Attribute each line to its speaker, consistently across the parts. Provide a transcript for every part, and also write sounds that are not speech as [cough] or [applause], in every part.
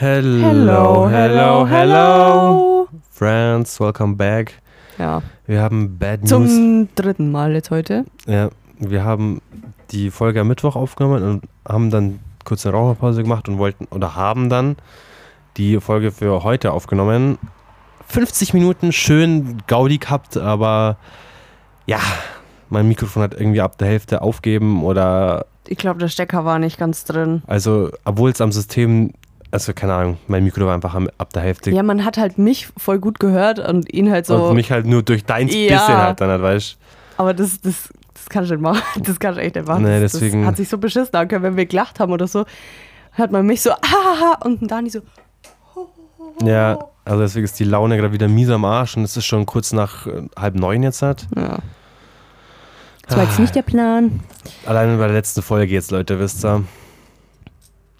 Speaker 1: Hello, hello, hello, Friends, welcome back.
Speaker 2: Ja,
Speaker 1: Wir haben Bad News.
Speaker 2: zum dritten Mal jetzt heute.
Speaker 1: Ja, wir haben die Folge am Mittwoch aufgenommen und haben dann kurz eine Raucherpause gemacht und wollten oder haben dann die Folge für heute aufgenommen. 50 Minuten schön Gaudi gehabt, aber ja, mein Mikrofon hat irgendwie ab der Hälfte aufgeben oder
Speaker 2: Ich glaube, der Stecker war nicht ganz drin.
Speaker 1: also obwohl es am System also keine Ahnung, mein Mikro war einfach am, ab der Hälfte
Speaker 2: Ja, man hat halt mich voll gut gehört und ihn halt so.
Speaker 1: Und mich halt nur durch deins
Speaker 2: Ja.
Speaker 1: bisschen halt dann halt, weißt
Speaker 2: Aber das, das, das kann ich nicht machen. [laughs] Das kann ich echt nicht machen.
Speaker 1: Nee,
Speaker 2: Das-
Speaker 1: deswegen-
Speaker 2: Das hat sich so beschissen angehört, wenn wir gelacht haben oder so. Hört man mich so, ah, und den Dani so,
Speaker 1: du? Ja, also deswegen ist die Laune gerade wieder mies am Arsch und es ist schon kurz nach äh, halb neun jetzt halt.
Speaker 2: ja. Das war jetzt nicht der Plan.
Speaker 1: Allein bei der letzten Folge jetzt, Leute, wisst ihr.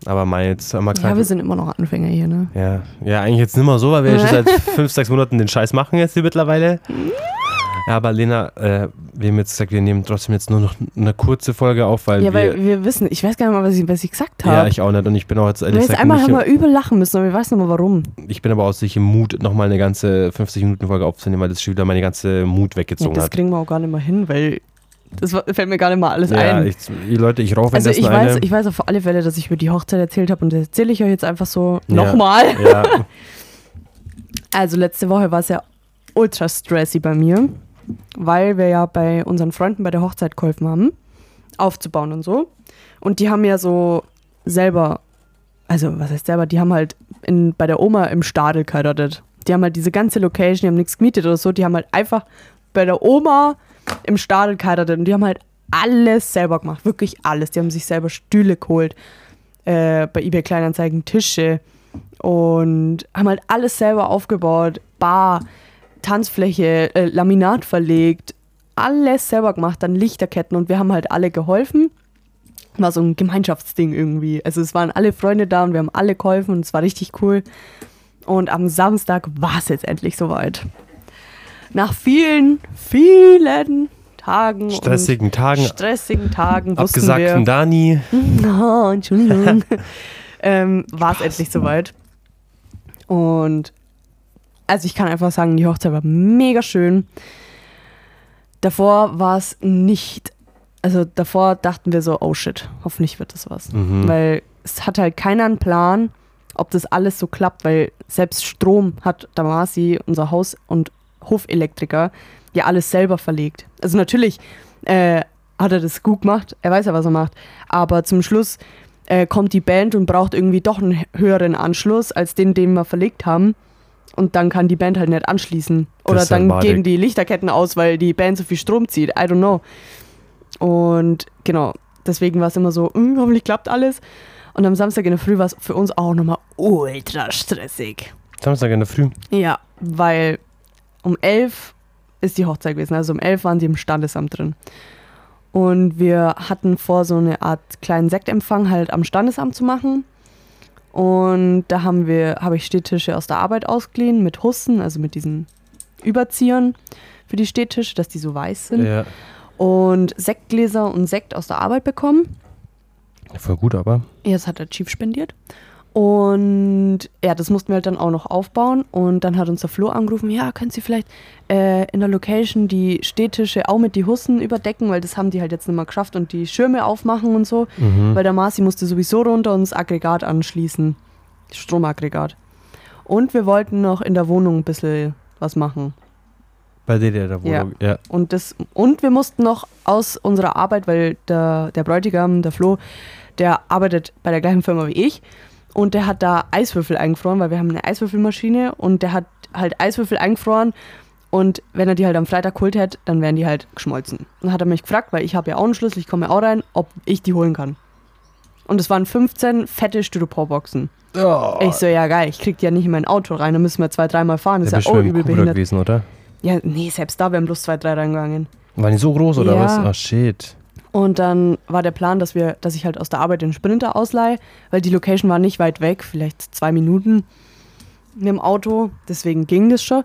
Speaker 1: Aber mein, jetzt haben wir
Speaker 2: Ja, wir
Speaker 1: gesagt,
Speaker 2: sind immer noch Anfänger hier, ne?
Speaker 1: ja, ja, eigentlich jetzt nicht mehr so, weil wir schon
Speaker 2: [laughs]
Speaker 1: seit fünf, sechs Monaten den Scheiß machen jetzt hier mittlerweile. Ja, aber Lena, äh, wir haben jetzt gesagt, wir nehmen trotzdem jetzt nur noch eine kurze Folge auf, weil wir...
Speaker 2: ja, weil wir wissen, ich weiß gar nicht mal, was ich, was ich gesagt habe.
Speaker 1: ja, ich auch nicht und ich bin auch jetzt
Speaker 2: wir
Speaker 1: ehrlich
Speaker 2: jetzt
Speaker 1: gesagt
Speaker 2: einmal haben wir
Speaker 1: nicht,
Speaker 2: übel lachen müssen, aber wir weiß nicht mal warum.
Speaker 1: ich bin aber aus sich im Mut, nochmal eine ganze 50-Minuten-Folge aufzunehmen, weil das schon wieder meine ganze Mut
Speaker 2: Ja,
Speaker 1: weggezogen
Speaker 2: das
Speaker 1: hat.
Speaker 2: kriegen wir auch gar nicht mal hin, weil das wa- fällt mir gar nicht mal alles
Speaker 1: Ja,
Speaker 2: ein.
Speaker 1: ich, Leute, ich raufe
Speaker 2: also ich
Speaker 1: indessen
Speaker 2: weiß,
Speaker 1: eine.
Speaker 2: ich weiß auf alle Fälle, dass ich über die Hochzeit erzählt habe und das erzähle ich euch jetzt einfach so
Speaker 1: Ja.
Speaker 2: nochmal. [laughs]
Speaker 1: ja,
Speaker 2: Also letzte Woche war es ja ultra stressy bei mir, weil wir ja bei unseren Freunden bei der Hochzeit geholfen haben, aufzubauen und so. Und die haben ja so selber, also was heißt selber, die haben halt in, bei der Oma im Stadel geheiratet. Die haben halt diese ganze Location, die haben nichts gemietet oder so, die haben halt einfach bei der Oma im Stadel geheiratet und die haben halt alles selber gemacht, wirklich alles. Die haben sich selber Stühle geholt, äh, bei eBay Kleinanzeigen Tische, und haben halt alles selber aufgebaut. Bar, Tanzfläche, äh, Laminat verlegt, alles selber gemacht, dann Lichterketten und wir haben halt alle geholfen. War so ein Gemeinschaftsding irgendwie. Also es waren alle Freunde da und wir haben alle geholfen und es war richtig cool. Und am Samstag war es jetzt endlich soweit. Nach vielen, vielen Tagen
Speaker 1: stressigen
Speaker 2: und
Speaker 1: Tagen,
Speaker 2: stressigen Tagen wussten wir,
Speaker 1: abgesagten Dani.
Speaker 2: Oh, Entschuldigung. ähm, war es endlich soweit. Und also ich kann einfach sagen, die Hochzeit war mega schön. Davor war es nicht, also davor dachten wir so, oh shit, hoffentlich wird das was. Weil es hat halt keiner einen Plan, ob das alles so klappt, weil selbst Strom hat Damasi, unser Haus- und Hofelektriker, ja alles selber verlegt. Also natürlich äh, hat er das gut gemacht, er weiß ja, was er macht, aber zum Schluss äh, kommt die Band und braucht irgendwie doch einen höheren Anschluss als den, den wir verlegt haben. Und dann kann die Band halt nicht anschließen.
Speaker 1: Das
Speaker 2: Oder
Speaker 1: ist halt
Speaker 2: dann
Speaker 1: madig.
Speaker 2: gehen die Lichterketten aus, weil die Band so viel Strom zieht. I don't know. Und genau, deswegen war es immer so, "Mm, hoffentlich klappt alles. Und am Samstag in der Früh war es für uns auch nochmal ultra stressig.
Speaker 1: Samstag in der Früh.
Speaker 2: Ja, weil um elf ist die Hochzeit gewesen. Also um elf waren sie im Standesamt drin. Und wir hatten vor, so eine Art kleinen Sektempfang halt am Standesamt zu machen. Und da haben wir, habe ich Stehtische aus der Arbeit ausgeliehen mit Hussen, also mit diesen Überziehern für die Stehtische, dass die so weiß sind.
Speaker 1: Ja,
Speaker 2: Und Sektgläser und Sekt aus der Arbeit bekommen.
Speaker 1: voll gut, aber.
Speaker 2: Ja, das hat der Chief spendiert. Und ja, das mussten wir halt dann auch noch aufbauen. Und dann hat uns der Flo angerufen, ja, können Sie vielleicht äh, in der Location die Stehtische auch mit die Hussen überdecken, weil das haben die halt jetzt nicht mehr geschafft und die Schirme aufmachen und so.
Speaker 1: Hm. Mhm.
Speaker 2: Weil der Marci musste sowieso runter und das Aggregat anschließen. Stromaggregat. Und wir wollten noch in der Wohnung ein bisschen was machen.
Speaker 1: Bei dir, der da
Speaker 2: Ja.
Speaker 1: wohnt. Ja.
Speaker 2: Und, das, und wir mussten noch aus unserer Arbeit, weil der, der Bräutigam, der Flo, der arbeitet bei der gleichen Firma wie ich und der hat da Eiswürfel eingefroren, weil wir haben eine Eiswürfelmaschine und der hat halt Eiswürfel eingefroren und wenn er die halt am Freitag geholt hätte, dann wären die halt geschmolzen. Und dann hat er mich gefragt, weil ich habe ja auch einen Schlüssel, ich komme ja auch rein, ob ich die holen kann. Und es waren 15 fette Styroporboxen. Ich so, ja geil, ich krieg die ja nicht in mein Auto rein, da müssen wir zwei, dreimal fahren. Das
Speaker 1: Der
Speaker 2: ist
Speaker 1: bist du
Speaker 2: ja auch
Speaker 1: mit dem
Speaker 2: übel
Speaker 1: Cooler
Speaker 2: behindert.
Speaker 1: gewesen, oder?
Speaker 2: Ja, nee, selbst da wären bloß zwei, drei reingegangen.
Speaker 1: Waren die so groß oder
Speaker 2: Ja.
Speaker 1: was? Ah, shit.
Speaker 2: Und dann war der Plan, dass wir, dass ich halt aus der Arbeit den Sprinter ausleihe, weil die Location war nicht weit weg, vielleicht zwei Minuten mit dem Auto, deswegen ging das schon.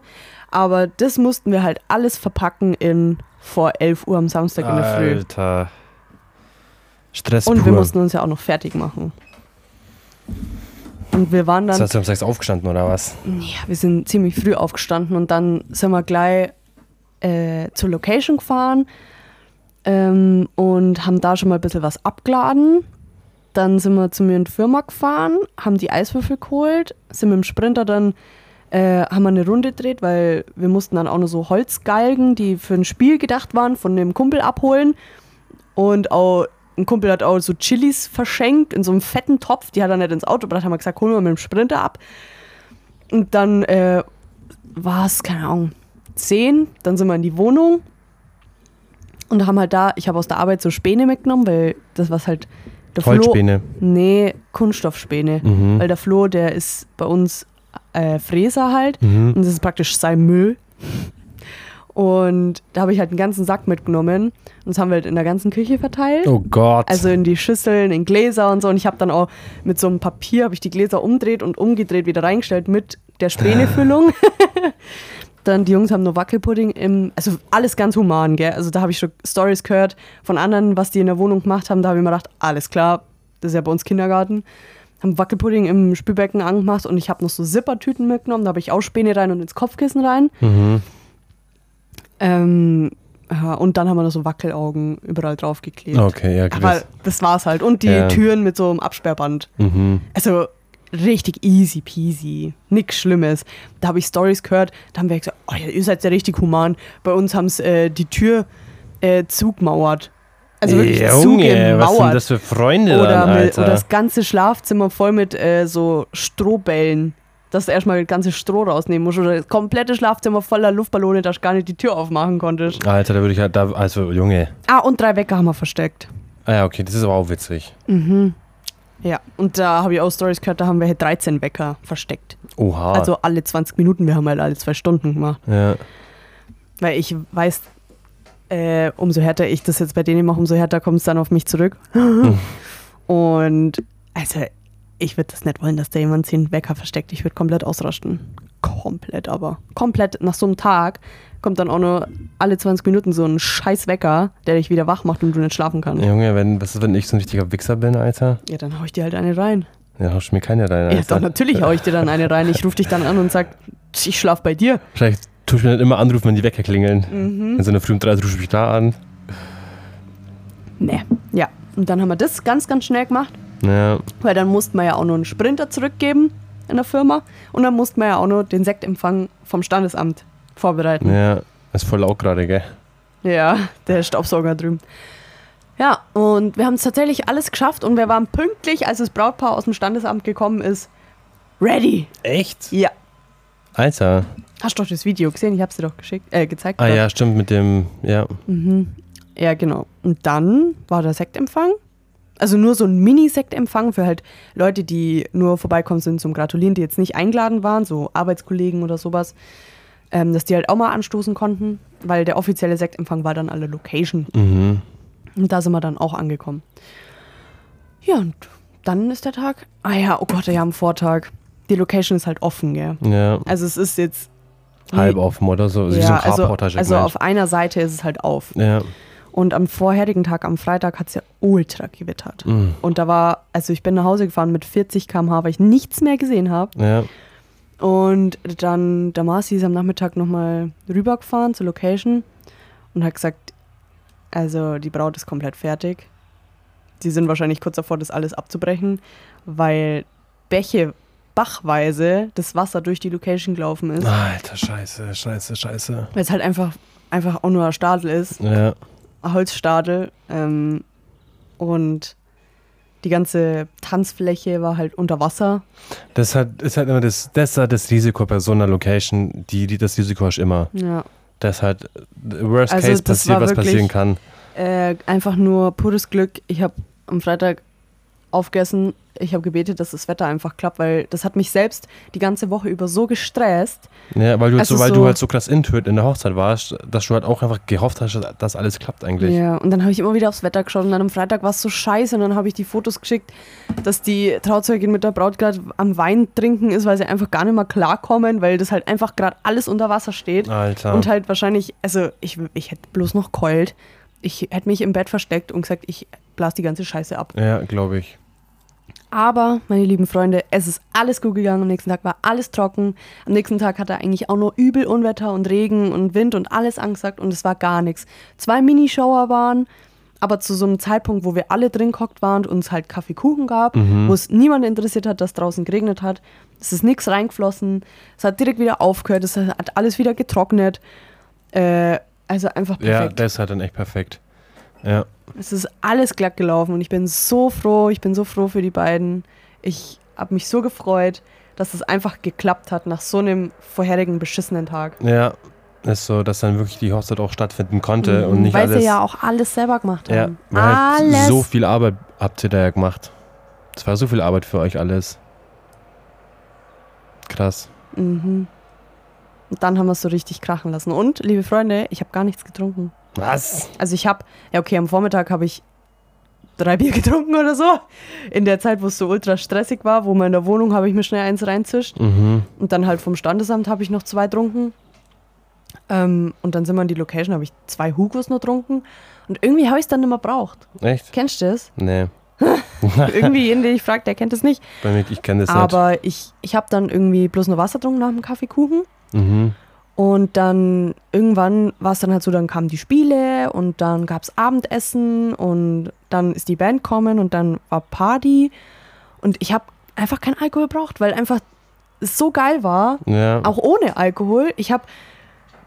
Speaker 2: Aber das mussten wir halt alles verpacken in vor 11 Uhr am Samstag in der Früh.
Speaker 1: Alter. Stress
Speaker 2: Und wir
Speaker 1: pur.
Speaker 2: mussten uns ja auch noch fertig machen. Und wir waren dann.
Speaker 1: Ist hast du um sechs aufgestanden oder was?
Speaker 2: Ja, wir sind ziemlich früh aufgestanden und dann sind wir gleich äh, zur Location gefahren ähm, und haben da schon mal ein bisschen was abgeladen. Dann sind wir zu mir in die Firma gefahren, haben die Eiswürfel geholt, sind mit dem Sprinter dann, äh, haben wir eine Runde gedreht, weil wir mussten dann auch noch so Holzgalgen, die für ein Spiel gedacht waren, von dem Kumpel abholen. Und auch ein Kumpel hat auch so Chilis verschenkt in so einem fetten Topf, die hat er nicht ins Auto gebracht, haben wir gesagt, holen wir mit dem Sprinter ab. Und dann äh, war es, keine Ahnung, 10, dann sind wir in die Wohnung und haben halt da, ich habe aus der Arbeit so Späne mitgenommen, weil das was halt der
Speaker 1: Holzspäne.
Speaker 2: Flo, Äh, nee, Kunststoffspäne,
Speaker 1: Mhm.
Speaker 2: weil der Flo, der ist bei uns äh, Fräser halt
Speaker 1: Mhm.
Speaker 2: und das ist praktisch sein Müll. Und da habe ich halt einen ganzen Sack mitgenommen und das haben wir halt in der ganzen Küche verteilt.
Speaker 1: Oh Gott.
Speaker 2: Also in die Schüsseln, in Gläser und so. Und ich habe dann auch mit so einem Papier, habe ich die Gläser umdreht und umgedreht wieder reingestellt mit der
Speaker 1: [laughs]
Speaker 2: Spänefüllung. dann die Jungs haben nur Wackelpudding im, also alles ganz human, gell. Also da habe ich schon Stories gehört von anderen, was die in der Wohnung gemacht haben. Da habe ich mir gedacht, alles klar, das ist ja bei uns Kindergarten. Haben Wackelpudding im Spülbecken angemacht und ich habe noch so Zippertüten mitgenommen. Da habe ich auch Späne rein und ins Kopfkissen rein.
Speaker 1: Mhm.
Speaker 2: Ähm, ja, und dann haben wir noch so Wackelaugen überall draufgeklebt.
Speaker 1: okay, ja,
Speaker 2: Aber
Speaker 1: gewiss.
Speaker 2: das war's halt. Und die
Speaker 1: Ja.
Speaker 2: Türen mit so einem Absperrband.
Speaker 1: Mhm.
Speaker 2: Also richtig easy peasy. Nix Schlimmes. Da habe ich Stories gehört, da haben wir gesagt, oh, ja, ihr seid ja richtig human. Bei uns haben es äh, die Tür äh, zugemauert. Also wirklich
Speaker 1: Junge, was sind
Speaker 2: zugemauert.
Speaker 1: das für Freunde
Speaker 2: oder,
Speaker 1: dann,
Speaker 2: mit,
Speaker 1: Alter?
Speaker 2: oder das ganze Schlafzimmer voll mit äh, so Strohbällen. Dass du erstmal das ganze Stroh rausnehmen musst. Oder das komplette Schlafzimmer voller Luftballone, dass du gar nicht die Tür aufmachen konntest.
Speaker 1: Alter, da würde ich halt, da, also Junge.
Speaker 2: Ah, und drei Wecker haben wir versteckt.
Speaker 1: Ah ja, okay, das ist aber auch witzig.
Speaker 2: Ja, und da habe ich auch Stories gehört, da haben wir 13 Wecker versteckt.
Speaker 1: Oha.
Speaker 2: Also alle 20 Minuten, wir haben halt alle zwei Stunden gemacht.
Speaker 1: ja.
Speaker 2: Weil ich weiß, äh, umso härter ich das jetzt bei denen mache, umso härter kommt es dann auf mich zurück. Und also, ich würde das nicht wollen, dass da jemand 10 Wecker versteckt. Ich würde komplett ausrasten. Komplett aber. Komplett nach so einem Tag kommt dann auch nur alle 20 Minuten so ein scheiß Wecker, der dich wieder wach macht und du nicht schlafen kannst. Ja,
Speaker 1: Junge, wenn, was ist, wenn ich so ein richtiger Wichser bin, Alter?
Speaker 2: dann hau ich dir halt eine rein.
Speaker 1: Ja, hast du mir keine rein, Alter.
Speaker 2: Ja, doch, natürlich hau ich dir dann eine rein. Ich rufe dich dann an und sag, ich schlaf bei dir.
Speaker 1: Vielleicht tue ich mir dann immer anrufen, wenn die Wecker klingeln.
Speaker 2: Mhm.
Speaker 1: In so einer frühen 30 rufe ich mich da an.
Speaker 2: Nee. Ja. Und dann haben wir das ganz, ganz schnell gemacht,
Speaker 1: Ja,
Speaker 2: weil dann mussten wir ja auch noch einen Sprinter zurückgeben in der Firma und dann mussten wir ja auch noch den Sektempfang vom Standesamt vorbereiten.
Speaker 1: ja. Ist voll laut gerade, gell?
Speaker 2: Ja, der Staubsauger drüben. Ja, und wir haben es tatsächlich alles geschafft und wir waren pünktlich, als das Brautpaar aus dem Standesamt gekommen ist, ready.
Speaker 1: Echt?
Speaker 2: Ja.
Speaker 1: Alter.
Speaker 2: Hast du doch das Video gesehen? Ich hab's dir doch geschickt, äh, gezeigt.
Speaker 1: Ah
Speaker 2: doch.
Speaker 1: ja, stimmt, mit dem, ja.
Speaker 2: Ja, genau. Und dann war der Sektempfang. Also nur so ein Mini-Sektempfang für halt Leute, die nur vorbeikommen sind zum Gratulieren, die jetzt nicht eingeladen waren, so Arbeitskollegen oder sowas, ähm, dass die halt auch mal anstoßen konnten, weil der offizielle Sektempfang war dann alle Location.
Speaker 1: Mhm.
Speaker 2: Und da sind wir dann auch angekommen. Ja, und dann ist der Tag. Ah ja, oh Gott, ja, am Vortag. Die Location ist halt offen, gell?
Speaker 1: Ja.
Speaker 2: Also es ist jetzt.
Speaker 1: Halb offen oder so. Also wie so
Speaker 2: ja,
Speaker 1: ein
Speaker 2: also,
Speaker 1: Carportage
Speaker 2: also auf einer Seite ist es halt auf.
Speaker 1: Ja.
Speaker 2: Und am vorherigen Tag, am Freitag, hat es ja ultra gewittert.
Speaker 1: mhm,
Speaker 2: Und da war, also ich bin nach Hause gefahren mit 40 km/h, weil ich nichts mehr gesehen habe.
Speaker 1: Ja.
Speaker 2: Und dann, der Marci ist am Nachmittag nochmal rübergefahren zur Location und hat gesagt, also die Braut ist komplett fertig. Sie sind wahrscheinlich kurz davor, das alles abzubrechen, weil Bäche bachweise das Wasser durch die Location gelaufen ist.
Speaker 1: Alter, scheiße, scheiße, scheiße.
Speaker 2: Weil es halt einfach, einfach auch nur ein Stadel ist.
Speaker 1: Ja.
Speaker 2: Holzstadel ähm, und die ganze Tanzfläche war halt unter Wasser.
Speaker 1: Das hat, ist halt immer das, das ist halt das Risiko bei so einer Location, die, die das Risiko hast immer.
Speaker 2: Ja.
Speaker 1: Das halt the worst
Speaker 2: Also,
Speaker 1: case
Speaker 2: das
Speaker 1: passiert,
Speaker 2: war
Speaker 1: was
Speaker 2: wirklich-
Speaker 1: passieren kann.
Speaker 2: Äh, einfach nur pures Glück. Ich habe am Freitag aufgegessen. Ich habe gebetet, dass das Wetter einfach klappt, weil das hat mich selbst die ganze Woche über so gestresst.
Speaker 1: Ja, weil du, halt
Speaker 2: Also
Speaker 1: so, weil
Speaker 2: so-
Speaker 1: du halt so krass intuit in der Hochzeit warst, dass du halt auch einfach gehofft hast, dass alles klappt eigentlich.
Speaker 2: Ja, und dann habe ich immer wieder aufs Wetter geschaut und dann am Freitag war es so scheiße und dann habe ich die Fotos geschickt, dass die Trauzeugin mit der Braut gerade am Wein trinken ist, weil sie einfach gar nicht mehr klarkommen, weil das halt einfach gerade alles unter Wasser steht.
Speaker 1: Alter.
Speaker 2: Und halt wahrscheinlich, also ich, ich hätte bloß noch keult. Ich hätte mich im Bett versteckt und gesagt, ich blas die ganze Scheiße ab.
Speaker 1: ja, glaube ich.
Speaker 2: Aber, meine lieben Freunde, es ist alles gut gegangen. Am nächsten Tag war alles trocken. Am nächsten Tag hatte eigentlich auch nur übel Unwetter und Regen und Wind und alles angesagt und es war gar nichts. Zwei Minischauer waren, aber zu so einem Zeitpunkt, wo wir alle drin gehockt waren und uns halt Kaffeekuchen gab, wo es niemand interessiert hat, dass draußen geregnet hat. Es ist nichts reingeflossen. Es hat direkt wieder aufgehört. Es hat alles wieder getrocknet. Äh, also einfach
Speaker 1: Ja,
Speaker 2: perfekt.
Speaker 1: das ist halt dann echt perfekt. Ja.
Speaker 2: Es ist alles glatt gelaufen und ich bin so froh, ich bin so froh für die beiden. Ich habe mich so gefreut, dass es einfach geklappt hat nach so einem vorherigen beschissenen Tag.
Speaker 1: Ja. Ist so, dass dann wirklich die Hochzeit auch stattfinden konnte und nicht
Speaker 2: Mhm. Weil
Speaker 1: alles.
Speaker 2: sie ja auch alles selber gemacht
Speaker 1: ja,
Speaker 2: haben.
Speaker 1: weil halt
Speaker 2: alles.
Speaker 1: so viel Arbeit habt ihr da ja gemacht. Es war so viel Arbeit für euch alles. Krass.
Speaker 2: mhm. Und dann haben wir es so richtig krachen lassen. Und, liebe Freunde, ich habe gar nichts getrunken.
Speaker 1: Was?
Speaker 2: Also ich habe, ja okay, am Vormittag habe ich drei Bier [laughs] getrunken oder so. In der Zeit, wo es so ultra stressig war, wo man in der Wohnung, habe ich mir schnell eins reinzischt.
Speaker 1: Mhm.
Speaker 2: Und dann halt vom Standesamt habe ich noch zwei getrunken. Ähm, und dann sind wir in die Location, habe ich zwei Hugos noch getrunken. Und irgendwie habe ich es dann nicht mehr braucht.
Speaker 1: Echt?
Speaker 2: Kennst du das?
Speaker 1: Nee.
Speaker 2: Irgendwie jeden, den ich frage, der kennt es nicht.
Speaker 1: Bei mir, ich kenne das
Speaker 2: Aber ich, ich habe dann irgendwie bloß nur Wasser getrunken nach dem Kaffeekuchen.
Speaker 1: nicht. Mhm.
Speaker 2: Und dann irgendwann war es dann halt so, dann kamen die Spiele und dann gab es Abendessen und dann ist die Band kommen und dann war Party. Und ich habe einfach keinen Alkohol gebraucht, weil einfach es so geil war,
Speaker 1: Ja.
Speaker 2: auch ohne Alkohol. Ich habe,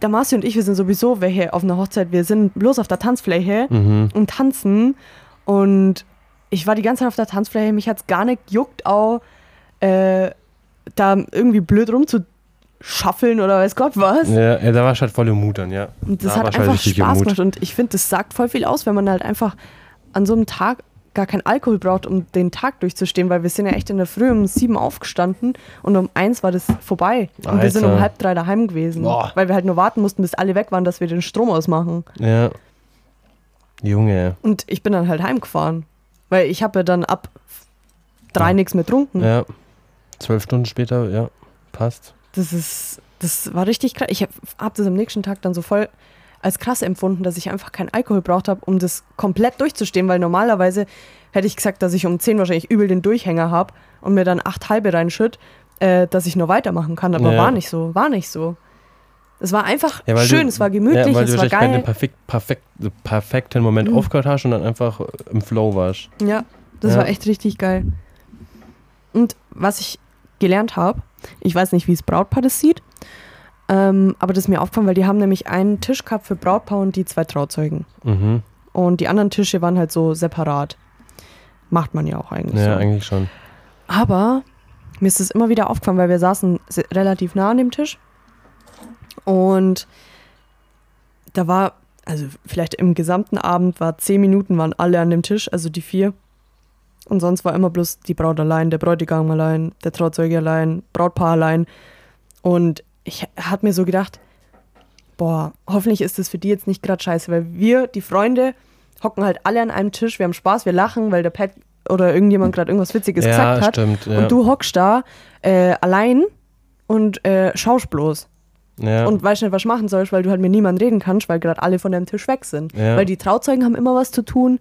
Speaker 2: Damasi und ich, wir sind sowieso welche auf einer Hochzeit. Wir sind bloß auf der Tanzfläche
Speaker 1: Mhm.
Speaker 2: und tanzen. Und ich war die ganze Zeit auf der Tanzfläche. Mich hat es gar nicht juckt, auch äh, da irgendwie blöd rumzuschaffeln oder weiß Gott was.
Speaker 1: Ja, ja, da war ich halt voll im Mut dann, ja.
Speaker 2: Und das
Speaker 1: da war
Speaker 2: hat
Speaker 1: ich halt
Speaker 2: einfach
Speaker 1: richtig im
Speaker 2: Spaß
Speaker 1: Mut.
Speaker 2: gemacht. Und ich finde, das sagt voll viel aus, wenn man halt einfach an so einem Tag gar keinen Alkohol braucht, um den Tag durchzustehen, weil wir sind ja echt in der Früh um sieben aufgestanden und um eins war das vorbei. Und wir sind um
Speaker 1: Alter.
Speaker 2: halb drei daheim gewesen,
Speaker 1: Boah.
Speaker 2: weil wir halt nur warten mussten, bis alle weg waren, dass wir den Strom ausmachen.
Speaker 1: Ja. Junge.
Speaker 2: Und ich bin dann halt heimgefahren, weil ich habe ja dann ab drei
Speaker 1: Ja.
Speaker 2: nichts mehr getrunken.
Speaker 1: Ja. Zwölf Stunden später, ja. Passt.
Speaker 2: Das ist, das war richtig krass. Ich habe hab das am nächsten Tag dann so voll als krass empfunden, dass ich einfach keinen Alkohol braucht habe, um das komplett durchzustehen, weil normalerweise hätte ich gesagt, dass ich um 10 wahrscheinlich übel den Durchhänger habe und mir dann acht halbe reinschütt, äh, dass ich noch weitermachen kann. Aber
Speaker 1: Ja.
Speaker 2: war nicht so, war nicht so. Es war einfach
Speaker 1: Ja, weil
Speaker 2: schön,
Speaker 1: du-
Speaker 2: es war
Speaker 1: ja,
Speaker 2: gemütlich,
Speaker 1: weil
Speaker 2: es
Speaker 1: du
Speaker 2: war
Speaker 1: wahrscheinlich bei einem
Speaker 2: geil. Mhm.
Speaker 1: perfekt, perfekt, perfekten Moment aufgehört hast und dann einfach im Flow warst.
Speaker 2: Ja, das
Speaker 1: Ja.
Speaker 2: war echt richtig geil. Und was ich gelernt habe, ich weiß nicht, wie das Brautpaar das sieht, ähm, aber das ist mir aufgefallen, weil die haben nämlich einen Tisch gehabt für Brautpaar und die zwei Trauzeugen.
Speaker 1: Mhm.
Speaker 2: Und die anderen Tische waren halt so separat. Macht man ja auch eigentlich
Speaker 1: Ja,
Speaker 2: so.
Speaker 1: eigentlich schon.
Speaker 2: Aber mir ist es immer wieder aufgefallen, weil wir saßen se- relativ nah an dem Tisch. Und da war, also vielleicht im gesamten Abend war zehn Minuten, waren alle an dem Tisch, also die vier. Und sonst war immer bloß die Braut allein, der Bräutigam allein, der Trauzeuge allein, Brautpaar allein. Und ich hat mir so gedacht, boah, hoffentlich ist das für die jetzt nicht gerade scheiße, weil wir, die Freunde, hocken halt alle an einem Tisch, wir haben Spaß, wir lachen, weil der Pat oder irgendjemand gerade irgendwas Witziges
Speaker 1: ja,
Speaker 2: gesagt hat.
Speaker 1: stimmt. Ja.
Speaker 2: Und du hockst da äh, allein und äh, schaust bloß
Speaker 1: ja.
Speaker 2: und weißt nicht, was du machen sollst, weil du halt mit niemandem reden kannst, weil gerade alle von deinem Tisch weg sind.
Speaker 1: Ja.
Speaker 2: Weil die Trauzeugen haben immer was zu tun.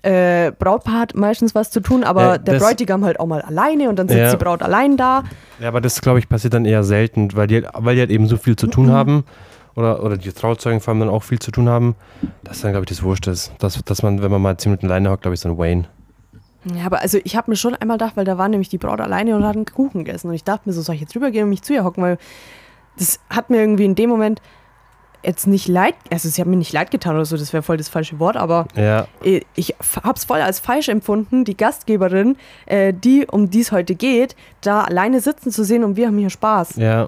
Speaker 2: Äh, Brautpaar hat meistens was zu tun, aber
Speaker 1: Ja,
Speaker 2: der
Speaker 1: das-
Speaker 2: Bräutigam halt auch mal alleine und dann sitzt
Speaker 1: Ja.
Speaker 2: die Braut allein da.
Speaker 1: ja, aber das, glaube ich, passiert dann eher selten, weil die, weil die halt eben so viel zu
Speaker 2: Mhm.
Speaker 1: tun haben oder, oder die Trauzeugen vor allem dann auch viel zu tun haben, dass dann, glaube ich, das wurscht ist. Dass, dass man, wenn man mal zehn Minuten alleine hockt, glaube ich, so ein Wayne.
Speaker 2: Ja, aber also ich habe mir schon einmal gedacht, weil da war nämlich die Braut alleine und hat einen Kuchen gegessen. Und ich dachte mir so, soll ich jetzt rübergehen und mich zu ihr hocken, weil das hat mir irgendwie in dem Moment jetzt nicht leid, also sie hat mir nicht leid getan oder so, das wäre voll das falsche Wort, aber
Speaker 1: Ja,
Speaker 2: Äh, ich hab's voll als falsch empfunden, die Gastgeberin, äh, die, um die es heute geht, da alleine sitzen zu sehen und wir haben hier Spaß.
Speaker 1: ja.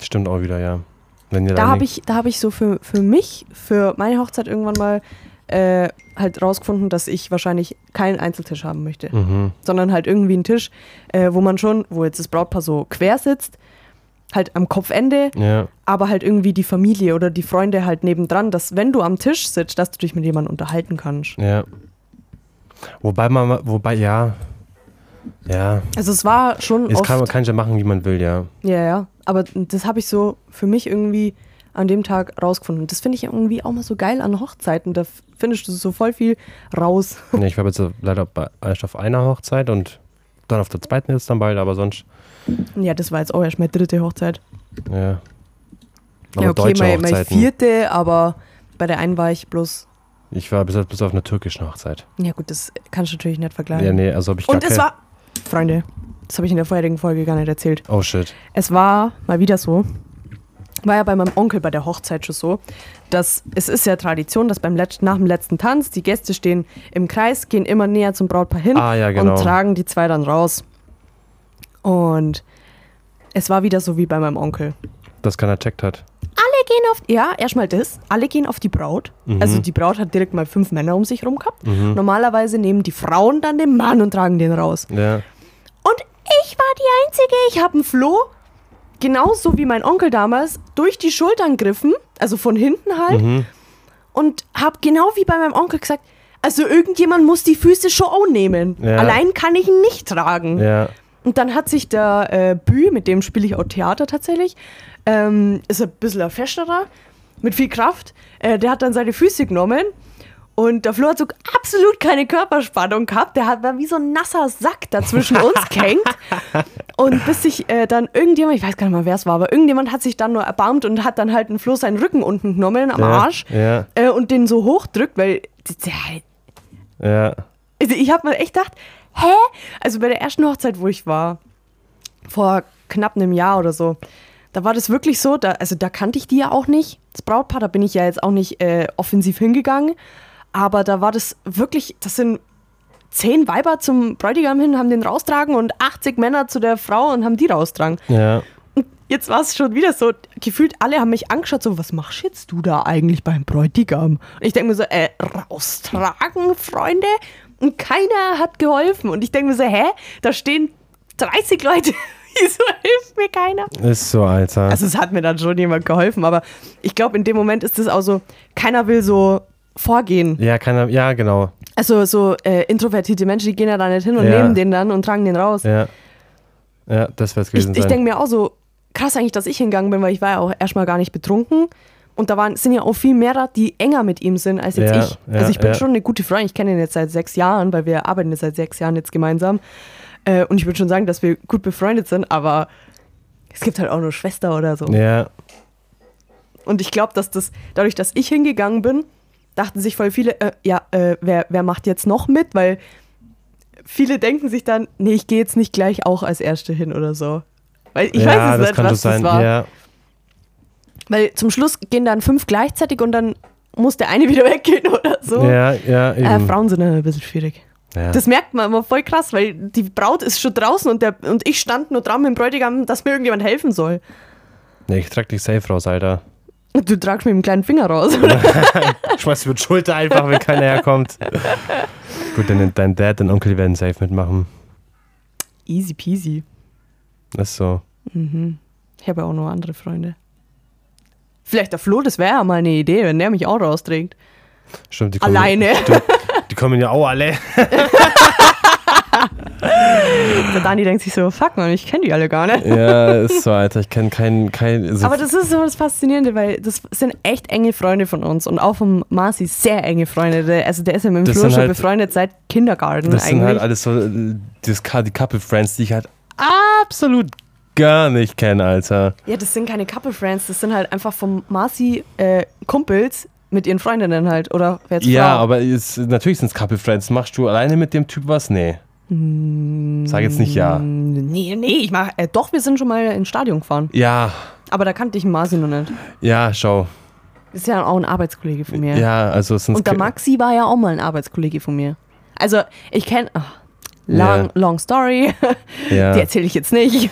Speaker 1: Stimmt auch wieder, ja. Wenn ihr
Speaker 2: Da
Speaker 1: dann
Speaker 2: habe
Speaker 1: nicht-
Speaker 2: ich, da hab ich so für, für mich, für meine Hochzeit irgendwann mal äh, halt rausgefunden, dass ich wahrscheinlich keinen Einzeltisch haben möchte,
Speaker 1: Mhm.
Speaker 2: sondern halt irgendwie einen Tisch, äh, wo man schon, wo jetzt das Brautpaar so quer sitzt, halt am Kopfende,
Speaker 1: Ja,
Speaker 2: aber halt irgendwie die Familie oder die Freunde halt nebendran, dass wenn du am Tisch sitzt, dass du dich mit jemandem unterhalten kannst.
Speaker 1: ja. Wobei man, wobei, ja. Ja.
Speaker 2: Also es war schon
Speaker 1: Jetzt
Speaker 2: oft
Speaker 1: kann, man- kann ich ja machen, wie man will, ja.
Speaker 2: Ja, ja. Aber das habe ich so für mich irgendwie an dem Tag rausgefunden. Das finde ich ja irgendwie auch mal so geil an Hochzeiten. Da f- findest du so voll viel raus.
Speaker 1: Nee, ich war jetzt leider bei, erst auf einer Hochzeit und dann auf der zweiten jetzt dann bald, aber sonst,
Speaker 2: Ja, das war jetzt auch erst meine dritte Hochzeit.
Speaker 1: ja.
Speaker 2: ja, okay, meine, meine vierte, aber bei der einen war ich bloß.
Speaker 1: Ich war bis jetzt bis auf eine türkische Hochzeit.
Speaker 2: Ja, gut, das kannst du natürlich nicht
Speaker 1: Ja,
Speaker 2: vergleichen.
Speaker 1: nee, also habe ich
Speaker 2: Und
Speaker 1: gar
Speaker 2: es
Speaker 1: kein-
Speaker 2: war. Freunde, das habe ich in der vorherigen Folge gar nicht erzählt.
Speaker 1: Oh shit.
Speaker 2: Es war mal wieder so, war ja bei meinem Onkel bei der Hochzeit schon so, dass es ist ja Tradition, dass beim Letz nach dem letzten Tanz die Gäste stehen im Kreis, gehen immer näher zum Brautpaar hin
Speaker 1: Ah, ja, genau.
Speaker 2: und tragen die zwei dann raus. Und es war wieder so wie bei meinem Onkel.
Speaker 1: Dass keiner checkt hat.
Speaker 2: Alle gehen auf, ja, erstmal das, alle gehen auf die Braut.
Speaker 1: Mhm.
Speaker 2: Also die Braut hat direkt mal fünf Männer um sich rum gehabt. Normalerweise nehmen die Frauen dann den Mann und tragen den raus.
Speaker 1: Ja.
Speaker 2: Und ich war die Einzige. Ich habe einen Floh, genauso wie mein Onkel damals, durch die Schultern griffen, also von hinten halt. Und habe genau wie bei meinem Onkel gesagt, also irgendjemand muss die Füße schon auch nehmen.
Speaker 1: Ja.
Speaker 2: Allein kann ich ihn nicht tragen.
Speaker 1: Ja.
Speaker 2: Und dann hat sich der äh, Bü, mit dem spiele ich auch Theater tatsächlich, ähm, ist ein bisschen ein Festerer, mit viel Kraft, äh, der hat dann seine Füße genommen und der Flo hat so absolut keine Körperspannung gehabt. Der hat war wie so ein nasser Sack
Speaker 1: [laughs]
Speaker 2: dazwischen uns gehängt. Und bis sich äh, dann irgendjemand, ich weiß gar nicht mal, wer es war, aber irgendjemand hat sich dann nur erbarmt und hat dann halt den Flo seinen Rücken unten genommen am
Speaker 1: Ja,
Speaker 2: Arsch
Speaker 1: ja.
Speaker 2: äh, und den so hochdrückt, weil der,
Speaker 1: Ja.
Speaker 2: also ich habe mir echt gedacht, hä? Also bei der ersten Hochzeit, wo ich war, vor knapp einem Jahr oder so, da war das wirklich so, da, also da kannte ich die ja auch nicht, das Brautpaar, da bin ich ja jetzt auch nicht äh, offensiv hingegangen, aber da war das wirklich, das sind zehn Weiber zum Bräutigam hin, haben den raustragen und 80 Männer zu der Frau und haben die raustragen.
Speaker 1: Ja.
Speaker 2: Jetzt war es schon wieder so, gefühlt alle haben mich angeschaut, so, was machst jetzt du da eigentlich beim Bräutigam? Und ich denke mir so, äh, raustragen, Freunde? Und keiner hat geholfen. Und ich denke mir so, hä, da stehen 30 Leute, [laughs] wieso hilft mir keiner?
Speaker 1: Ist so, Alter.
Speaker 2: Also es hat mir dann schon jemand geholfen, aber ich glaube, in dem Moment ist es auch so, keiner will so vorgehen.
Speaker 1: ja, keiner. Ja, genau.
Speaker 2: Also so äh, introvertierte Menschen, die gehen ja da nicht hin und
Speaker 1: Ja.
Speaker 2: nehmen den dann und tragen den raus.
Speaker 1: Ja. Ja, das wär's
Speaker 2: Ich,
Speaker 1: gewesen
Speaker 2: ich
Speaker 1: sein.
Speaker 2: denke mir auch so, krass eigentlich, dass ich hingegangen bin, weil ich war ja auch erstmal gar nicht betrunken. Und da waren, sind ja auch viel mehr, die enger mit ihm sind als jetzt
Speaker 1: Ja,
Speaker 2: ich.
Speaker 1: ja,
Speaker 2: Also ich bin
Speaker 1: ja.
Speaker 2: schon eine gute Freundin. Ich kenne ihn jetzt seit sechs Jahren, weil wir arbeiten jetzt seit sechs Jahren jetzt gemeinsam. Äh, und ich würde schon sagen, dass wir gut befreundet sind, aber es gibt halt auch nur Schwester oder so.
Speaker 1: ja.
Speaker 2: Und ich glaube, dass das, dadurch, dass ich hingegangen bin, dachten sich voll viele, äh, ja, äh, wer, wer macht jetzt noch mit? Weil viele denken sich dann, nee, ich gehe jetzt nicht gleich auch als Erste hin oder so. Weil ich
Speaker 1: ja,
Speaker 2: weiß es
Speaker 1: das
Speaker 2: nicht,
Speaker 1: kann
Speaker 2: was
Speaker 1: so sein.
Speaker 2: das war.
Speaker 1: Ja.
Speaker 2: Weil zum Schluss gehen dann fünf gleichzeitig und dann muss der eine [laughs] wieder weggehen oder so.
Speaker 1: Ja, ja,
Speaker 2: Äh,
Speaker 1: eben.
Speaker 2: Frauen sind dann ein bisschen schwierig.
Speaker 1: ja.
Speaker 2: Das merkt man immer voll krass, weil die Braut ist schon draußen und, der, und ich stand nur dran mit dem Bräutigam, dass mir irgendjemand helfen soll.
Speaker 1: nee, ich trag dich safe raus, Alter.
Speaker 2: Du tragst mir mit dem kleinen Finger raus.
Speaker 1: Schmeiß dich mit Schulter einfach, wenn keiner
Speaker 2: [laughs]
Speaker 1: herkommt. Gut, dein, dein Dad und Onkel die werden safe mitmachen.
Speaker 2: Easy peasy.
Speaker 1: Ist so.
Speaker 2: Ich habe ja auch noch andere Freunde. Vielleicht der Flo, das wäre ja mal eine Idee, wenn der mich auch rausträgt.
Speaker 1: Stimmt, die kommen,
Speaker 2: Alleine.
Speaker 1: Die kommen ja auch alle.
Speaker 2: Der Dani denkt sich so, fuck man, ich kenne die alle gar nicht.
Speaker 1: [laughs] Ja, ist so, Alter. Ich kenne keinen. Kein, also,
Speaker 2: Aber das ist so das Faszinierende, weil das sind echt enge Freunde von uns und auch vom Marci sehr enge Freunde. Der- Also der ist ja mit dem
Speaker 1: Das
Speaker 2: Flo
Speaker 1: sind
Speaker 2: schon
Speaker 1: halt-
Speaker 2: befreundet seit Kindergarten
Speaker 1: das sind
Speaker 2: eigentlich.
Speaker 1: halt alles so äh, das, Ka- die Couple Friends, die ich halt absolut gar nicht kenne, Alter.
Speaker 2: ja, das sind keine Couple Friends, das sind halt einfach vom Marci äh, Kumpels mit ihren Freundinnen halt. Oder wer jetzt
Speaker 1: Ja,
Speaker 2: Frau.
Speaker 1: aber ist, natürlich sind es Couple Friends. Machst du alleine mit dem Typ was? Nee. Sag jetzt nicht ja.
Speaker 2: Mm. Nee, nee, ich mach. Äh, doch, wir sind schon mal ins Stadion gefahren.
Speaker 1: Ja,
Speaker 2: Aber da kannte ich den Marci noch nicht.
Speaker 1: ja, schau.
Speaker 2: Ist ja auch ein Arbeitskollege von mir.
Speaker 1: Ja, also sonst.
Speaker 2: Und der Maxi war ja auch mal ein Arbeitskollege von mir. Also, ich kenne. Long,
Speaker 1: Ja.
Speaker 2: long story. [laughs] Die
Speaker 1: Ja,
Speaker 2: erzähle ich jetzt nicht.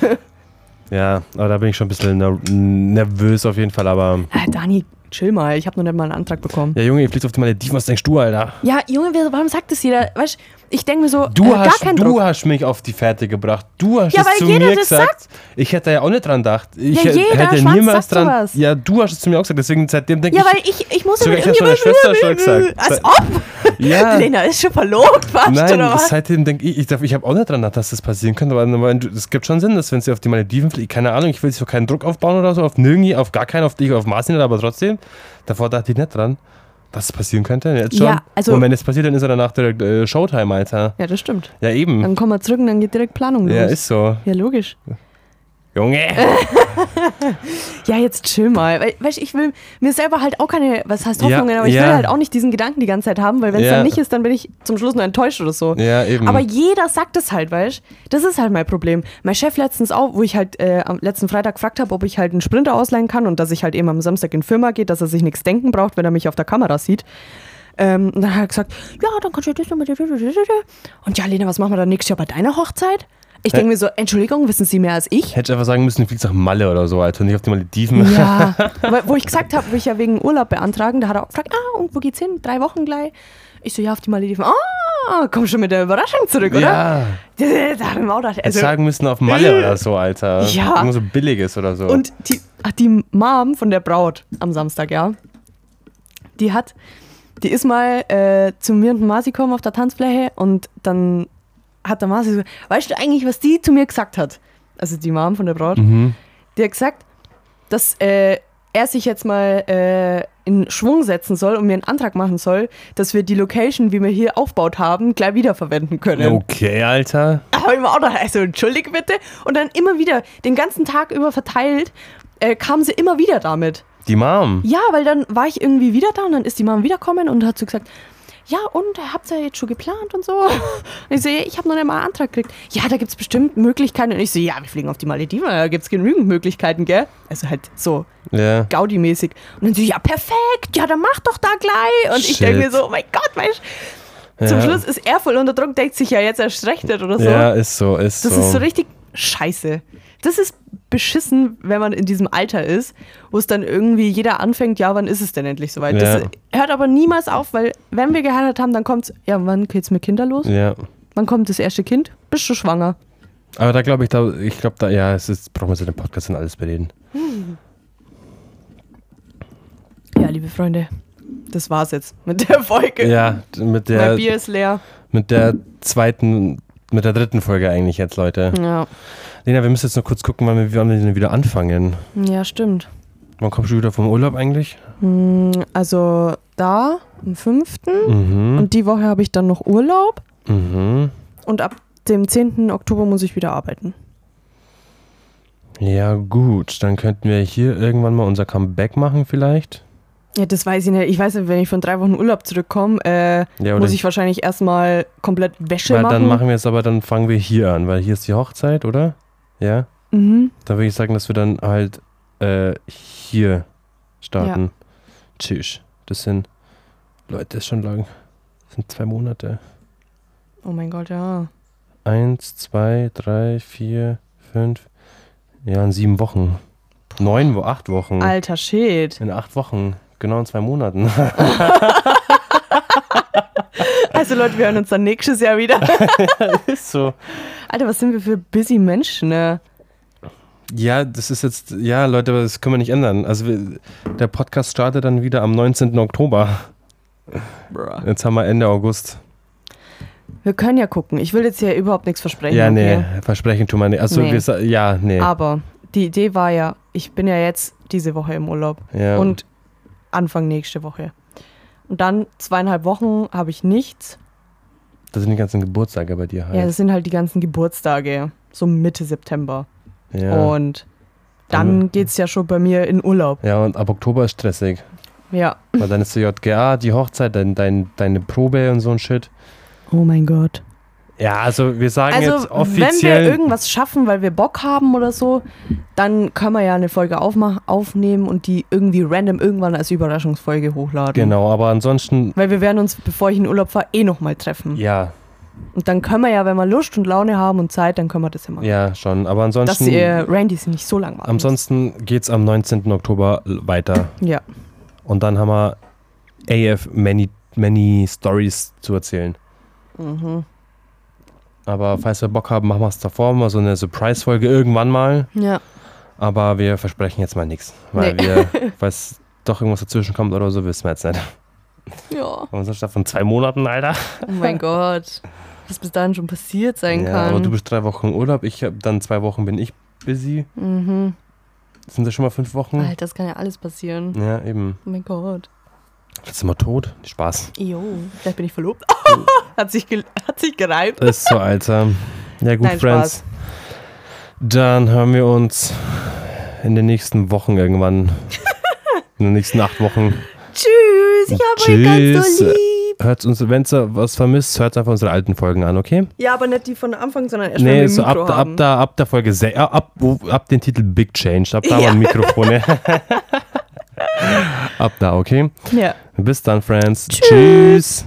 Speaker 2: [laughs]
Speaker 1: ja, aber da bin ich schon ein bisschen ner nervös auf jeden Fall. Aber.
Speaker 2: Ah, Dani, chill mal. Ich habe noch nicht mal einen Antrag bekommen.
Speaker 1: Ja, Junge, ihr fliegt auf die Malediven. Was denkst du, Alter?
Speaker 2: Ja, Junge, wer- warum sagt das jeder? Weißt ich denke mir so,
Speaker 1: Du,
Speaker 2: äh, gar
Speaker 1: hast,
Speaker 2: keinen
Speaker 1: du
Speaker 2: Druck.
Speaker 1: hast mich auf die Fährte gebracht. Du hast
Speaker 2: Ja,
Speaker 1: es
Speaker 2: weil
Speaker 1: zu
Speaker 2: jeder
Speaker 1: mir
Speaker 2: das
Speaker 1: gesagt. Ich hätte ja auch nicht dran gedacht. Ich
Speaker 2: Ja,
Speaker 1: hä-
Speaker 2: jeder
Speaker 1: hätte
Speaker 2: Schwanz
Speaker 1: niemals
Speaker 2: sagt
Speaker 1: dran.
Speaker 2: sowas.
Speaker 1: Ja, du hast es zu mir auch gesagt. Deswegen seitdem denke
Speaker 2: Ja,
Speaker 1: ich.
Speaker 2: weil ich, ich muss
Speaker 1: Sogar ich hab's
Speaker 2: irgendjemandem- [laughs]
Speaker 1: meiner Schwester schon gesagt.
Speaker 2: Als ob!
Speaker 1: Ja.
Speaker 2: [laughs] Lena ist schon verlobt, fast,
Speaker 1: Nein,
Speaker 2: oder was?
Speaker 1: seitdem denke ich, ich, darf- ich habe auch nicht dran gedacht, dass das passieren könnte, aber- aber es gibt schon Sinn, dass wenn sie auf die Malediven fliegt, keine Ahnung, ich will so keinen Druck aufbauen oder so, auf nirgendwie, auf gar keinen, auf dich, auf Mars nicht, aber trotzdem, davor dachte ich nicht dran, dass es passieren könnte, jetzt schon.
Speaker 2: Ja, also-
Speaker 1: Und wenn es passiert, dann ist er danach direkt äh, Showtime, Alter.
Speaker 2: Ja, das stimmt.
Speaker 1: Ja, eben.
Speaker 2: Dann kommen wir zurück und dann geht direkt Planung los.
Speaker 1: Ja, ist so.
Speaker 2: ja logisch. [laughs]
Speaker 1: Junge!
Speaker 2: Ja, jetzt chill mal. Weil, weißt du, ich will mir selber halt auch keine, was heißt Hoffnungen,
Speaker 1: Ja,
Speaker 2: aber ich
Speaker 1: ja.
Speaker 2: will halt auch nicht diesen Gedanken die ganze Zeit haben, weil wenn es
Speaker 1: Ja.
Speaker 2: dann nicht ist, dann bin ich zum Schluss nur enttäuscht oder so.
Speaker 1: Ja, eben.
Speaker 2: Aber jeder sagt es halt, weißt du? Das ist halt mein Problem. Mein Chef letztens auch, wo ich halt äh, am letzten Freitag gefragt habe, ob ich halt einen Sprinter ausleihen kann und dass ich halt eben am Samstag in die Firma gehe, dass er sich nichts denken braucht, wenn er mich auf der Kamera sieht. Ähm, und dann hat er gesagt, ja, dann kannst du das nochmal. Und ja, Lena, was machen wir dann nächstes Jahr bei deiner Hochzeit? Ich denke mir so, Entschuldigung, wissen Sie mehr als ich?
Speaker 1: Hätte ich einfach sagen müssen, du fliegst nach Malle oder so, Alter, und nicht auf die Malediven.
Speaker 2: Ja, aber wo ich gesagt habe, wo ich ja wegen Urlaub beantragen, da hat er auch gefragt, ah, und wo geht's hin? Drei Wochen gleich. Ich so, ja, auf die Malediven. Ah, komm schon mit der Überraschung zurück, oder?
Speaker 1: [laughs] Ja.
Speaker 2: [laughs] Da haben wir auch gedacht,
Speaker 1: Hätte
Speaker 2: also,
Speaker 1: sagen müssen, auf Malle oder so, Alter.
Speaker 2: Ja.
Speaker 1: Irgendwo so billiges oder so.
Speaker 2: und die, ach, die Mom von der Braut am Samstag, ja, die hat, die ist mal äh, zu mir und dem Masi gekommen auf der Tanzfläche und dann hat der Masi so, weißt du eigentlich, was die zu mir gesagt hat? Also die Mom von der Braut.
Speaker 1: Mhm.
Speaker 2: der hat gesagt, dass äh, er sich jetzt mal äh, in Schwung setzen soll und mir einen Antrag machen soll, dass wir die Location, wie wir hier aufgebaut haben, gleich wiederverwenden können.
Speaker 1: Okay, Alter.
Speaker 2: Da habe ich mir auch noch, also entschuldige bitte. Und dann immer wieder, den ganzen Tag über verteilt, äh, kamen sie immer wieder damit.
Speaker 1: Die Mom.
Speaker 2: Ja, weil dann war ich irgendwie wieder da und dann ist die Mama wiederkommen und hat so gesagt, ja und, habt ihr jetzt schon geplant und so? Und ich so, ja, ich habe noch nicht mal einen Antrag gekriegt. Ja, da gibt's bestimmt Möglichkeiten. Und ich so, ja, wir fliegen auf die Malediven, da gibt's genügend Möglichkeiten, gell? Also halt so
Speaker 1: Ja.
Speaker 2: Gaudi-mäßig. Und dann so, ja, perfekt, ja, dann mach doch da gleich. Und ich denke mir
Speaker 1: Shit.
Speaker 2: so, oh mein Gott, weißt du. Zum
Speaker 1: Ja.
Speaker 2: Schluss ist er voll unter Druck, denkt sich ja jetzt erst recht nicht oder so.
Speaker 1: Ja, ist so, ist
Speaker 2: Das
Speaker 1: so.
Speaker 2: ist so richtig scheiße. Das ist beschissen, wenn man in diesem Alter ist, wo es dann irgendwie jeder anfängt, ja, wann ist es denn endlich soweit? Das
Speaker 1: Ja.
Speaker 2: hört aber niemals auf, weil wenn wir geheiratet haben, dann kommt ja, wann geht's mit Kindern los?
Speaker 1: ja.
Speaker 2: Wann kommt das erste Kind? Bist du schwanger?
Speaker 1: Aber da glaube ich, da, ich glaube, da, ja, es ist, brauchen wir so den Podcast und alles bereden.
Speaker 2: Ja, liebe Freunde, das war's jetzt mit der Folge.
Speaker 1: Ja, d- mit
Speaker 2: Mein
Speaker 1: der,
Speaker 2: Bier ist leer.
Speaker 1: mit der zweiten, mit der dritten Folge eigentlich jetzt, Leute.
Speaker 2: Ja,
Speaker 1: Lena, wir müssen jetzt nur kurz gucken, wann wir, wann wir denn wieder anfangen.
Speaker 2: ja stimmt.
Speaker 1: Wann kommst du wieder vom Urlaub eigentlich?
Speaker 2: Hm, Also da am 5.
Speaker 1: Mhm.
Speaker 2: und die Woche habe ich dann noch Urlaub
Speaker 1: Mhm.
Speaker 2: und ab dem 10. Oktober muss ich wieder arbeiten.
Speaker 1: Ja, gut. Dann könnten wir hier irgendwann mal unser Comeback machen, vielleicht.
Speaker 2: Ja, das weiß ich nicht. Ich weiß nicht, wenn ich von drei Wochen Urlaub zurückkomme, äh,
Speaker 1: Ja,
Speaker 2: muss ich wahrscheinlich erstmal komplett Wäsche
Speaker 1: weil
Speaker 2: machen.
Speaker 1: dann machen wir jetzt aber, dann fangen wir hier an, weil hier ist die Hochzeit, oder? Ja.
Speaker 2: mhm.
Speaker 1: Da würde ich sagen, dass wir dann halt äh, hier starten. Tschüss. Das sind, Leute, das ist schon lang. Das sind zwei Monate.
Speaker 2: Oh mein Gott, ja.
Speaker 1: Eins, zwei, drei, vier, fünf. Ja, in sieben Wochen. Neun, Wo- acht Wochen.
Speaker 2: Alter Shit.
Speaker 1: In acht Wochen. Genau in zwei Monaten. [laughs]
Speaker 2: Also Leute, wir hören uns dann nächstes
Speaker 1: [laughs]
Speaker 2: Jahr wieder.
Speaker 1: ist so.
Speaker 2: Alter, was sind wir für busy Menschen, ne?
Speaker 1: Ja, das ist jetzt, ja, Leute, aber das können wir nicht ändern. Also wir, der Podcast startet dann wieder am 19. Oktober.
Speaker 2: Bruh.
Speaker 1: Jetzt haben wir Ende August.
Speaker 2: Wir können ja gucken. Ich will jetzt hier überhaupt nichts versprechen.
Speaker 1: Ja, nee,
Speaker 2: okay?
Speaker 1: Versprechen tun wir nicht. Achso,
Speaker 2: Nee.
Speaker 1: wir, sa- ja, nee.
Speaker 2: Aber die Idee war ja, ich bin ja jetzt diese Woche im Urlaub
Speaker 1: ja.
Speaker 2: und Anfang nächste Woche. Und dann zweieinhalb Wochen habe ich nichts.
Speaker 1: Das sind die ganzen Geburtstage bei dir
Speaker 2: Ja,
Speaker 1: halt.
Speaker 2: das sind halt die ganzen Geburtstage. So Mitte September.
Speaker 1: Ja, ja.
Speaker 2: Und dann geht's ja schon bei mir in Urlaub.
Speaker 1: und ab Oktober ist stressig.
Speaker 2: Ja.
Speaker 1: Weil dann ist die JGA, die Hochzeit, dein, dein, deine Probe und so ein Shit.
Speaker 2: Oh mein Gott.
Speaker 1: Ja, also wir sagen
Speaker 2: Also,
Speaker 1: jetzt
Speaker 2: wenn wir
Speaker 1: offiziell.
Speaker 2: irgendwas schaffen, weil wir Bock haben oder so, dann können wir ja eine Folge aufmach aufnehmen und die irgendwie random irgendwann als Überraschungsfolge hochladen.
Speaker 1: genau, aber ansonsten,
Speaker 2: Weil wir werden uns, bevor ich in Urlaub fahre, eh nochmal treffen.
Speaker 1: ja,
Speaker 2: Und dann können wir ja, wenn wir Lust und Laune haben und Zeit, dann können wir das ja machen.
Speaker 1: ja, schon. Aber
Speaker 2: Dass
Speaker 1: ansonsten,
Speaker 2: ihr Randys nicht so lang warten
Speaker 1: ansonsten geht's am 19. Oktober l- weiter.
Speaker 2: müsst. Ja.
Speaker 1: Und dann haben wir AF many, many Stories zu erzählen.
Speaker 2: Mhm.
Speaker 1: Aber falls wir Bock haben, machen wir es davor mal so eine Surprise-Folge irgendwann mal.
Speaker 2: Ja.
Speaker 1: Aber wir versprechen jetzt mal nichts. Weil
Speaker 2: Nee. [laughs]
Speaker 1: wir, falls doch irgendwas dazwischen kommt oder so, wissen wir jetzt nicht.
Speaker 2: Ja.
Speaker 1: Aber sonst von zwei Monaten, Alter.
Speaker 2: Oh mein Gott. Was bis dahin schon passiert sein
Speaker 1: Ja,
Speaker 2: kann.
Speaker 1: aber du bist drei Wochen im Urlaub, ich hab dann zwei Wochen bin ich busy.
Speaker 2: mhm.
Speaker 1: Das sind ja schon mal fünf Wochen.
Speaker 2: Alter, das kann ja alles passieren.
Speaker 1: Ja, eben.
Speaker 2: Oh mein Gott.
Speaker 1: Jetzt sind wir tot. Spaß.
Speaker 2: Jo, vielleicht bin ich verlobt. [laughs] hat, sich gel- hat sich gereimt.
Speaker 1: Ist so, Alter. Ja, gut,
Speaker 2: Nein,
Speaker 1: Friends.
Speaker 2: Spaß.
Speaker 1: Dann hören wir uns in den nächsten Wochen irgendwann. in den nächsten acht Wochen.
Speaker 2: Tschüss, ich habe euch ganz so
Speaker 1: Tschüss.
Speaker 2: lieb.
Speaker 1: Hört uns, wenn ihr was vermisst, hört einfach unsere alten Folgen an, okay?
Speaker 2: Ja, aber nicht die von Anfang, sondern erst wenn
Speaker 1: nee,
Speaker 2: wir
Speaker 1: so ab,
Speaker 2: Mikro
Speaker 1: ab,
Speaker 2: haben.
Speaker 1: da, ab der Folge, se- äh, ab, ab, wo- ab den Titel Big Change, ab da
Speaker 2: Ja.
Speaker 1: waren
Speaker 2: [laughs]
Speaker 1: Mikrofone. ab da, okay?
Speaker 2: Ja.
Speaker 1: Bis dann, Friends. Tschüss.